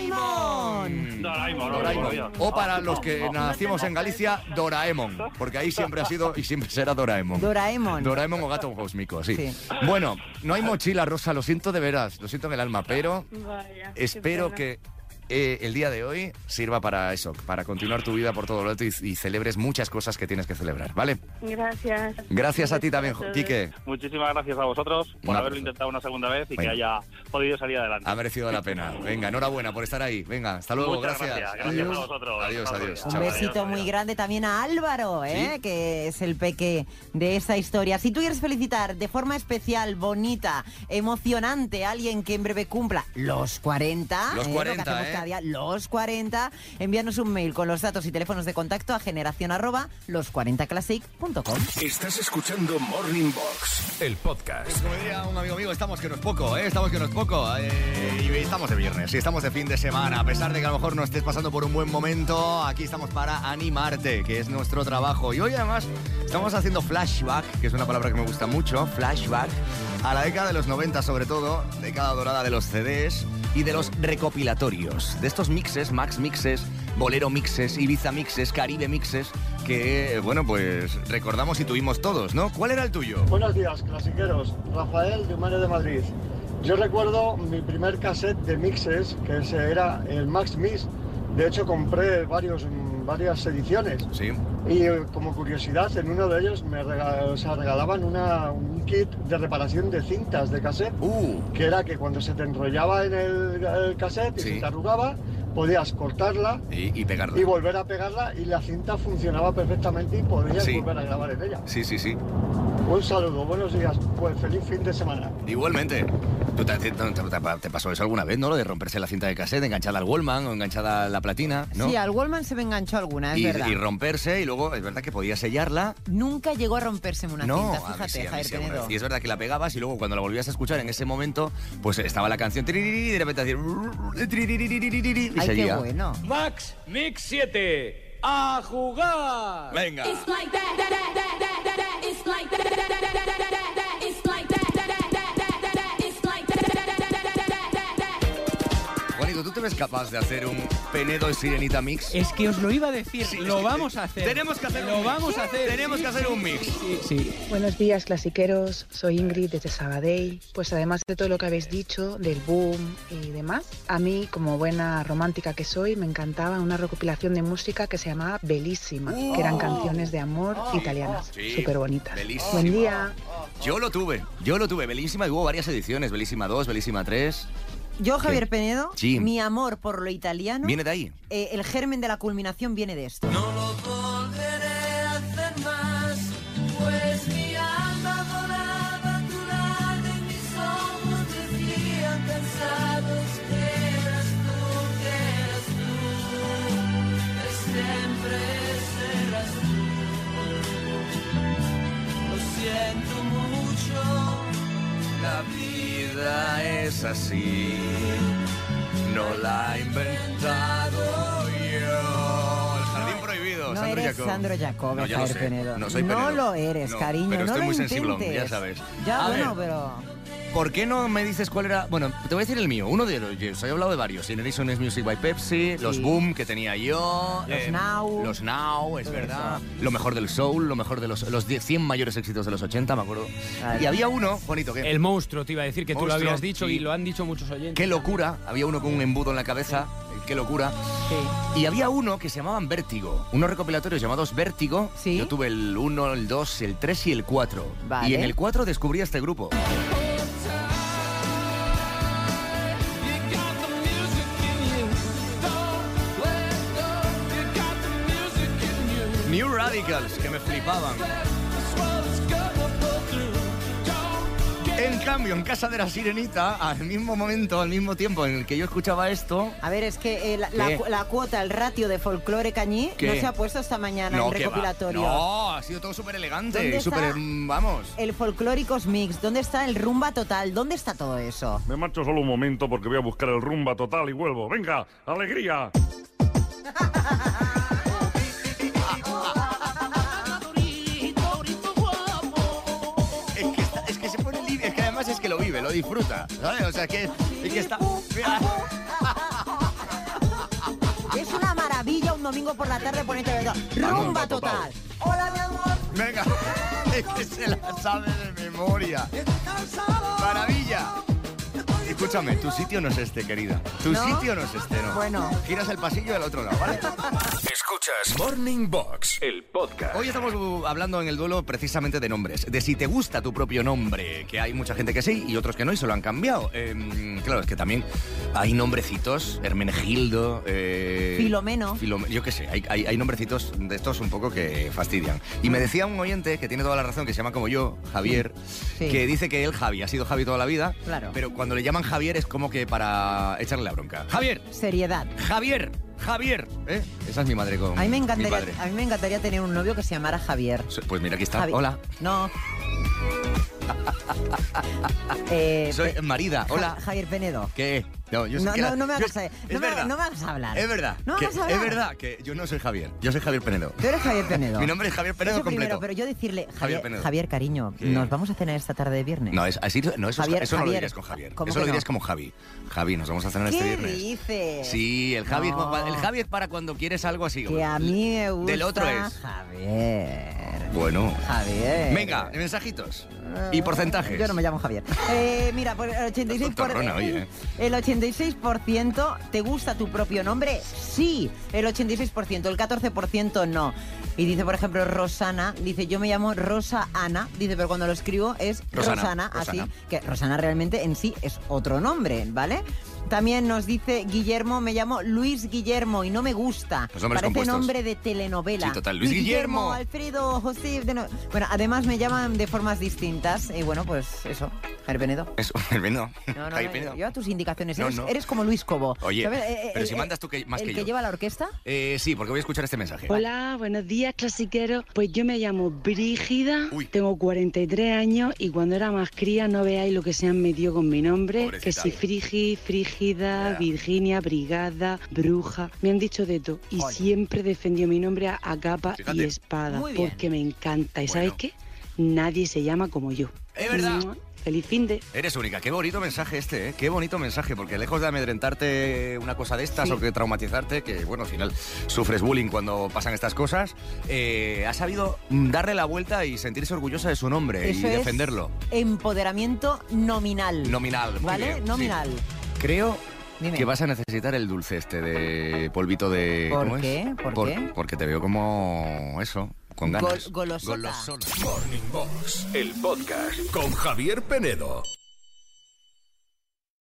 [SPEAKER 2] Doraemon.
[SPEAKER 13] Doraemon, Doraemon.
[SPEAKER 2] O para los que nacimos en Galicia, Doraemon. Porque ahí siempre ha sido y siempre será Doraemon.
[SPEAKER 4] Doraemon.
[SPEAKER 2] Doraemon o gato cósmico, sí. Bueno, no hay mochila, Rosa, lo siento de veras, lo siento en el alma, pero
[SPEAKER 14] Vaya. qué
[SPEAKER 2] espero
[SPEAKER 14] pena.
[SPEAKER 2] que eh, el día de hoy sirva para eso, para continuar tu vida por todo lo alto y, y celebres muchas cosas que tienes que celebrar, ¿¿vale?
[SPEAKER 14] Gracias.
[SPEAKER 2] Gracias a ti también,
[SPEAKER 14] todos.
[SPEAKER 2] Quique.
[SPEAKER 13] Muchísimas gracias a vosotros por
[SPEAKER 2] Un
[SPEAKER 13] haberlo
[SPEAKER 2] abrazo.
[SPEAKER 13] intentado una segunda vez y
[SPEAKER 2] Venga.
[SPEAKER 13] que haya podido salir adelante.
[SPEAKER 2] Ha merecido la pena. Venga, enhorabuena por estar ahí. Venga, hasta luego,
[SPEAKER 13] Muchas
[SPEAKER 2] gracias.
[SPEAKER 13] gracias. Gracias a vosotros.
[SPEAKER 2] Adiós, adiós.
[SPEAKER 4] Un
[SPEAKER 2] Chao.
[SPEAKER 4] besito muy grande también a Álvaro, ¿eh? que es el peque de esta historia. Si tú quieres felicitar de forma especial, bonita, emocionante a alguien que en breve cumpla los
[SPEAKER 2] Los
[SPEAKER 4] 40, ¿eh? Lo que
[SPEAKER 2] 40,
[SPEAKER 4] hacemos
[SPEAKER 2] ¿eh?
[SPEAKER 4] cada día, los 40, envíanos un mail con los datos y teléfonos de contacto a generación arroba los40classic.com.
[SPEAKER 1] Estás escuchando Morning Box, el podcast.
[SPEAKER 2] Como diría un amigo mío, estamos que no es poco, ¿eh? Estamos que no es poco. eh, y estamos de viernes, y estamos de fin de semana. A pesar de que a lo mejor no estés pasando por un buen momento, aquí estamos para animarte, que es nuestro trabajo. Y hoy además estamos haciendo flashback, que es una palabra que me gusta mucho, flashback, a la década de los 90 sobre todo, década dorada de los CDs y de los recopilatorios. De estos mixes, Max mixes, Bolero mixes, Ibiza mixes, Caribe mixes, que, bueno, pues recordamos y tuvimos todos, ¿no? ¿Cuál era el tuyo?
[SPEAKER 13] Pues
[SPEAKER 16] Buenos días, clasiqueros. Rafael de Humanes de Madrid. Yo recuerdo mi primer cassette de mixes, que ese era el Max Mix. De hecho, compré varios, mm, varias ediciones.
[SPEAKER 2] Sí.
[SPEAKER 16] Y eh, como curiosidad, en uno de ellos me rega- o sea, regalaban una- un kit de reparación de cintas de cassette,
[SPEAKER 2] Uh.
[SPEAKER 16] que era que cuando se te enrollaba en el, el cassette y
[SPEAKER 2] Sí.
[SPEAKER 16] se te arrugaba, podías cortarla
[SPEAKER 2] Y, y pegarlo.
[SPEAKER 16] y volver a pegarla y la cinta funcionaba perfectamente y podías
[SPEAKER 2] Sí.
[SPEAKER 16] volver a grabar en ella.
[SPEAKER 2] Sí, sí, sí.
[SPEAKER 16] Un saludo, buenos días, pues feliz fin de semana.
[SPEAKER 2] Igualmente. ¿Tú te, te- te- te pasó eso alguna vez, no? Lo de romperse la cinta de cassette enganchada al Wallman o enganchada a la platina, ¿no?
[SPEAKER 4] Sí, al Wallman se me enganchó alguna, es
[SPEAKER 2] y,
[SPEAKER 4] verdad.
[SPEAKER 2] y romperse y luego es verdad que podías sellarla.
[SPEAKER 4] Nunca llegó a rompérseme una
[SPEAKER 2] no,
[SPEAKER 4] cinta,
[SPEAKER 2] a mí
[SPEAKER 4] fíjate,
[SPEAKER 2] sí, a mí
[SPEAKER 4] Javier
[SPEAKER 2] sí alguna
[SPEAKER 4] Penedo.
[SPEAKER 2] vez. Y es verdad que la pegabas y luego cuando la volvías a escuchar en ese momento, pues estaba la canción tiririrí, y de repente hacía y
[SPEAKER 8] Ay, qué
[SPEAKER 2] seguía.
[SPEAKER 4] bueno.
[SPEAKER 8] Max Mix 7. ¡A jugar!
[SPEAKER 2] Venga.
[SPEAKER 5] It's like that, that, that, that, that, that, that. It's like that, that, that, that, that, that, that, that, that. It's like that, that, that, that, that, that, that. It's like that, that, that, that, that, that, that, that.
[SPEAKER 2] Juanito, ¿tú te ves capaz de hacer un Penedo y Sirenita mix?
[SPEAKER 8] Es que os lo iba a decir, Eh, lo vamos a hacer.
[SPEAKER 2] Tenemos que hacer
[SPEAKER 8] Lo
[SPEAKER 2] un
[SPEAKER 8] vamos
[SPEAKER 2] mix.
[SPEAKER 8] a hacer.
[SPEAKER 2] Tenemos
[SPEAKER 8] Sí,
[SPEAKER 2] que hacer
[SPEAKER 8] sí,
[SPEAKER 2] un mix.
[SPEAKER 8] Sí, sí.
[SPEAKER 17] Buenos días, clasiqueros. Soy Ingrid desde Sabadell. Pues además de todo lo que habéis dicho, del boom y demás, a mí, como buena romántica que soy, me encantaba una recopilación de música que se llamaba Bellísima, que
[SPEAKER 6] Oh.
[SPEAKER 17] eran canciones de amor italianas.
[SPEAKER 2] Sí,
[SPEAKER 17] Súper bonitas.
[SPEAKER 2] bellísima.
[SPEAKER 17] Buen día.
[SPEAKER 2] Yo lo tuve, yo lo tuve, Belísima, y hubo varias ediciones, Belísima 2, Belísima 3.
[SPEAKER 4] Yo, Javier Penedo,
[SPEAKER 2] Sí.
[SPEAKER 4] mi amor por lo italiano,
[SPEAKER 2] Viene de ahí.
[SPEAKER 4] eh, el germen de la culminación viene de esto.
[SPEAKER 5] volveré a hacer más, pues mi alma volaba a tu lado y mis ojos decían cansados que eras tú, que eras tú, que siempre serás tú. Lo siento mucho,
[SPEAKER 2] La vida es así, no la he inventado yo. El jardín prohibido,
[SPEAKER 4] No
[SPEAKER 2] Sandra
[SPEAKER 4] eres Sandro Jacob,
[SPEAKER 2] no, ya lo
[SPEAKER 4] Jair
[SPEAKER 2] sé.
[SPEAKER 4] Penedo.
[SPEAKER 2] No soy
[SPEAKER 4] No
[SPEAKER 2] Penedo.
[SPEAKER 4] lo eres, cariño,
[SPEAKER 2] Pero
[SPEAKER 4] no
[SPEAKER 2] estoy
[SPEAKER 4] lo
[SPEAKER 2] muy sensible, ya
[SPEAKER 4] intentes.
[SPEAKER 2] sabes.
[SPEAKER 4] Ya,
[SPEAKER 2] A
[SPEAKER 4] bueno,
[SPEAKER 2] ver,
[SPEAKER 4] pero...
[SPEAKER 2] ¿Por qué no me dices cuál era? Bueno, te voy a decir el mío, uno de los. Yo os he hablado de varios. Generation is Music by Pepsi, los Boom que tenía yo. eh,
[SPEAKER 4] Los Now.
[SPEAKER 2] Los Now, es
[SPEAKER 4] Todo
[SPEAKER 2] verdad. Lo mejor del Soul, lo mejor de los, los 10 100 mayores éxitos de los 80, me acuerdo. Y había uno, bonito, que.
[SPEAKER 8] El monstruo, te iba a decir que tú
[SPEAKER 2] Monstruo,
[SPEAKER 8] lo habías dicho
[SPEAKER 2] sí.
[SPEAKER 8] y lo han dicho muchos oyentes.
[SPEAKER 2] Qué locura. Había uno con un embudo en la cabeza. Qué locura. Y había uno que se llamaban Vértigo. Unos recopilatorios llamados Vértigo. Yo tuve el 1, el 2, el 3 y el 4.
[SPEAKER 4] Vale.
[SPEAKER 2] Y en el 4 descubrí a este grupo. New Radicals, que me flipaban. En cambio, en Casa de la Sirenita, al mismo momento, al mismo tiempo en el que yo escuchaba esto...
[SPEAKER 4] A ver, es que eh, la, la
[SPEAKER 2] ¿Qué?
[SPEAKER 4] cu- la cuota, el ratio de folclore cañí no
[SPEAKER 2] ¿Qué?
[SPEAKER 4] se ha puesto esta mañana en
[SPEAKER 2] que va.
[SPEAKER 4] recopilatorio.
[SPEAKER 2] No, ha sido todo súper
[SPEAKER 4] ¿Dónde
[SPEAKER 2] elegante,
[SPEAKER 4] está?
[SPEAKER 2] súper... mm, Vamos.
[SPEAKER 4] El folclóricos mix, ¿dónde está el rumba total? ¿Dónde está todo eso?
[SPEAKER 18] Me marcho solo un momento porque voy a buscar el rumba total y vuelvo. Venga, alegría.
[SPEAKER 2] Es que, está- es que se pone libre, es que además es que lo vive, lo disfruta, ¿sabes? O sea, que, es que está... mira.
[SPEAKER 4] Es una maravilla un domingo por la tarde ponerte a ver- Rumba total.
[SPEAKER 5] Hola, mi amor.
[SPEAKER 2] Venga, es que se la sabe de memoria. Maravilla. Escúchame, tu sitio no es este, querida. Tu
[SPEAKER 1] ¿No?
[SPEAKER 2] sitio no es este, ¿no?
[SPEAKER 1] Bueno.
[SPEAKER 2] Giras el pasillo del otro lado, ¿vale?
[SPEAKER 1] Escuchas Morning Box, el podcast.
[SPEAKER 2] Hoy estamos uh, hablando en el duelo precisamente de nombres, de si te gusta tu propio nombre, que hay mucha gente que sí y otros que no y se lo han cambiado. Eh, claro, es que también hay nombrecitos, Hermenegildo, eh,
[SPEAKER 4] Filomeno.
[SPEAKER 2] Filome- yo qué sé, hay, hay- hay nombrecitos de estos un poco que fastidian. Y me decía un oyente que tiene toda la razón, que se llama como yo, Javier,
[SPEAKER 4] Sí.
[SPEAKER 2] que dice que él Javi, ha sido Javi toda la vida,
[SPEAKER 4] Claro.
[SPEAKER 2] pero cuando le llaman Javier es como que para echarle la bronca. Javier,
[SPEAKER 4] Seriedad.
[SPEAKER 2] Javier, Javier, ¿eh? Esa es mi madre con
[SPEAKER 4] A mí me
[SPEAKER 2] mi
[SPEAKER 4] encantaría,
[SPEAKER 2] padre.
[SPEAKER 4] a mí me encantaría tener un novio que se llamara Javier.
[SPEAKER 2] Pues mira, aquí está.
[SPEAKER 4] Javi-
[SPEAKER 2] Hola.
[SPEAKER 4] No. Eh,
[SPEAKER 2] Soy
[SPEAKER 4] Pe-
[SPEAKER 2] Marida.
[SPEAKER 4] Ja-
[SPEAKER 2] Hola.
[SPEAKER 4] Javier Penedo.
[SPEAKER 2] ¿Qué? No, yo sé
[SPEAKER 4] No,
[SPEAKER 2] que
[SPEAKER 4] no,
[SPEAKER 2] era-
[SPEAKER 4] no me
[SPEAKER 2] yo-
[SPEAKER 4] hagas,
[SPEAKER 2] es
[SPEAKER 4] no me,
[SPEAKER 2] verdad.
[SPEAKER 4] no me hagas hablar.
[SPEAKER 2] Es verdad.
[SPEAKER 4] No me
[SPEAKER 2] que-
[SPEAKER 4] hagas hablar.
[SPEAKER 2] Es verdad que yo no soy Javier. Yo soy Javier Penedo.
[SPEAKER 4] Tú eres Javier Penedo.
[SPEAKER 2] Mi nombre es Javier Penedo
[SPEAKER 4] Eso
[SPEAKER 2] completo.
[SPEAKER 4] primero, pero yo decirle,
[SPEAKER 2] Javier
[SPEAKER 4] Javier,
[SPEAKER 2] Penedo.
[SPEAKER 4] Javier, cariño,
[SPEAKER 2] ¿Qué?
[SPEAKER 4] nos vamos a cenar esta tarde de viernes.
[SPEAKER 2] No, es, así, no eso,
[SPEAKER 4] Javier,
[SPEAKER 2] eso no lo
[SPEAKER 4] Javier.
[SPEAKER 2] dirías con Javier.
[SPEAKER 4] ¿Cómo
[SPEAKER 2] Eso
[SPEAKER 4] que
[SPEAKER 2] lo dirías
[SPEAKER 4] no?
[SPEAKER 2] como Javi. Javi, nos vamos a cenar este
[SPEAKER 4] ¿Qué
[SPEAKER 2] viernes.
[SPEAKER 4] dices?
[SPEAKER 2] Sí, el Javi, es
[SPEAKER 4] No.
[SPEAKER 2] pa- el Javi es para cuando quieres algo así.
[SPEAKER 4] Que a mí me gusta
[SPEAKER 2] Del otro es.
[SPEAKER 4] Javier.
[SPEAKER 2] Bueno.
[SPEAKER 4] Javier.
[SPEAKER 2] Venga, mensajitos. Y porcentajes.
[SPEAKER 4] Yo no me llamo Javier. Eh, mira, por el 86%, por-
[SPEAKER 2] Torrona, oye. ¿eh?
[SPEAKER 4] el 86% te gusta tu propio nombre. Sí, el 86%, el 14% no. Y dice, por ejemplo, Rosana, dice, yo me llamo Rosa Ana, dice, pero cuando lo escribo es
[SPEAKER 5] Rosana,
[SPEAKER 4] Rosana,
[SPEAKER 5] Rosana.
[SPEAKER 4] así que Rosana realmente en sí es otro nombre, ¿vale? También nos dice Guillermo, me llamo Luis Guillermo y no me gusta.
[SPEAKER 2] Los nombres
[SPEAKER 4] Parece
[SPEAKER 2] Pues compuestos.
[SPEAKER 4] nombre de telenovela.
[SPEAKER 2] Sí, total. Luis Guillermo.
[SPEAKER 4] Alfredo, José. de no- Bueno, además me llaman de formas distintas. Y bueno, pues eso. Javier Penedo.
[SPEAKER 2] Eso, Penedo.
[SPEAKER 4] No, no,
[SPEAKER 2] Javi
[SPEAKER 4] no,
[SPEAKER 2] Penedo.
[SPEAKER 4] yo a tus indicaciones.
[SPEAKER 2] No,
[SPEAKER 4] eres,
[SPEAKER 2] no.
[SPEAKER 4] eres como Luis Cobo.
[SPEAKER 2] Oye,
[SPEAKER 4] ¿Sabes?
[SPEAKER 2] pero si mandas tú que- más
[SPEAKER 19] el
[SPEAKER 2] que
[SPEAKER 4] eh, ¿El que
[SPEAKER 2] yo.
[SPEAKER 4] lleva la orquesta?
[SPEAKER 2] Eh, sí, porque voy a escuchar este mensaje.
[SPEAKER 19] Hola, buenos días, clasiqueros. Pues yo me llamo Brígida, tengo 43 años y cuando era más cría no veáis lo que se han metido con mi nombre, que si Frigi, Frígida, Virginia, Brigada, Bruja, me han dicho de todo y
[SPEAKER 20] Ole.
[SPEAKER 19] siempre defendió mi nombre a, a capa y
[SPEAKER 20] Fíjate.
[SPEAKER 19] espada
[SPEAKER 20] Muy bien.
[SPEAKER 19] porque me encanta y ¿sabes qué? Nadie se llama como yo.
[SPEAKER 2] Es verdad.
[SPEAKER 19] Mua. Feliz fin de...
[SPEAKER 2] Eres única. Qué bonito mensaje este, ¿eh? Qué bonito mensaje, porque lejos de amedrentarte una cosa de estas o que traumatizarte, que bueno, al final sufres bullying cuando pasan estas cosas, eh, ha sabido mm, darle la vuelta y sentirse orgullosa de su nombre
[SPEAKER 4] Eso
[SPEAKER 2] Eh, y
[SPEAKER 4] es
[SPEAKER 2] defenderlo.
[SPEAKER 4] Empoderamiento nominal.
[SPEAKER 2] Nominal. muy
[SPEAKER 4] ¿Vale?
[SPEAKER 2] bien, sí.
[SPEAKER 4] Nominal.
[SPEAKER 2] Creo
[SPEAKER 4] Dime.
[SPEAKER 2] que vas a necesitar el dulce este de polvito de...
[SPEAKER 4] ¿Por
[SPEAKER 2] ¿cómo es?
[SPEAKER 4] qué? ¿Por qué?
[SPEAKER 2] Porque te veo como eso, con ganas.
[SPEAKER 4] Gol- golosota.
[SPEAKER 2] Golosona.
[SPEAKER 1] Morning Box, el podcast con Javier Penedo.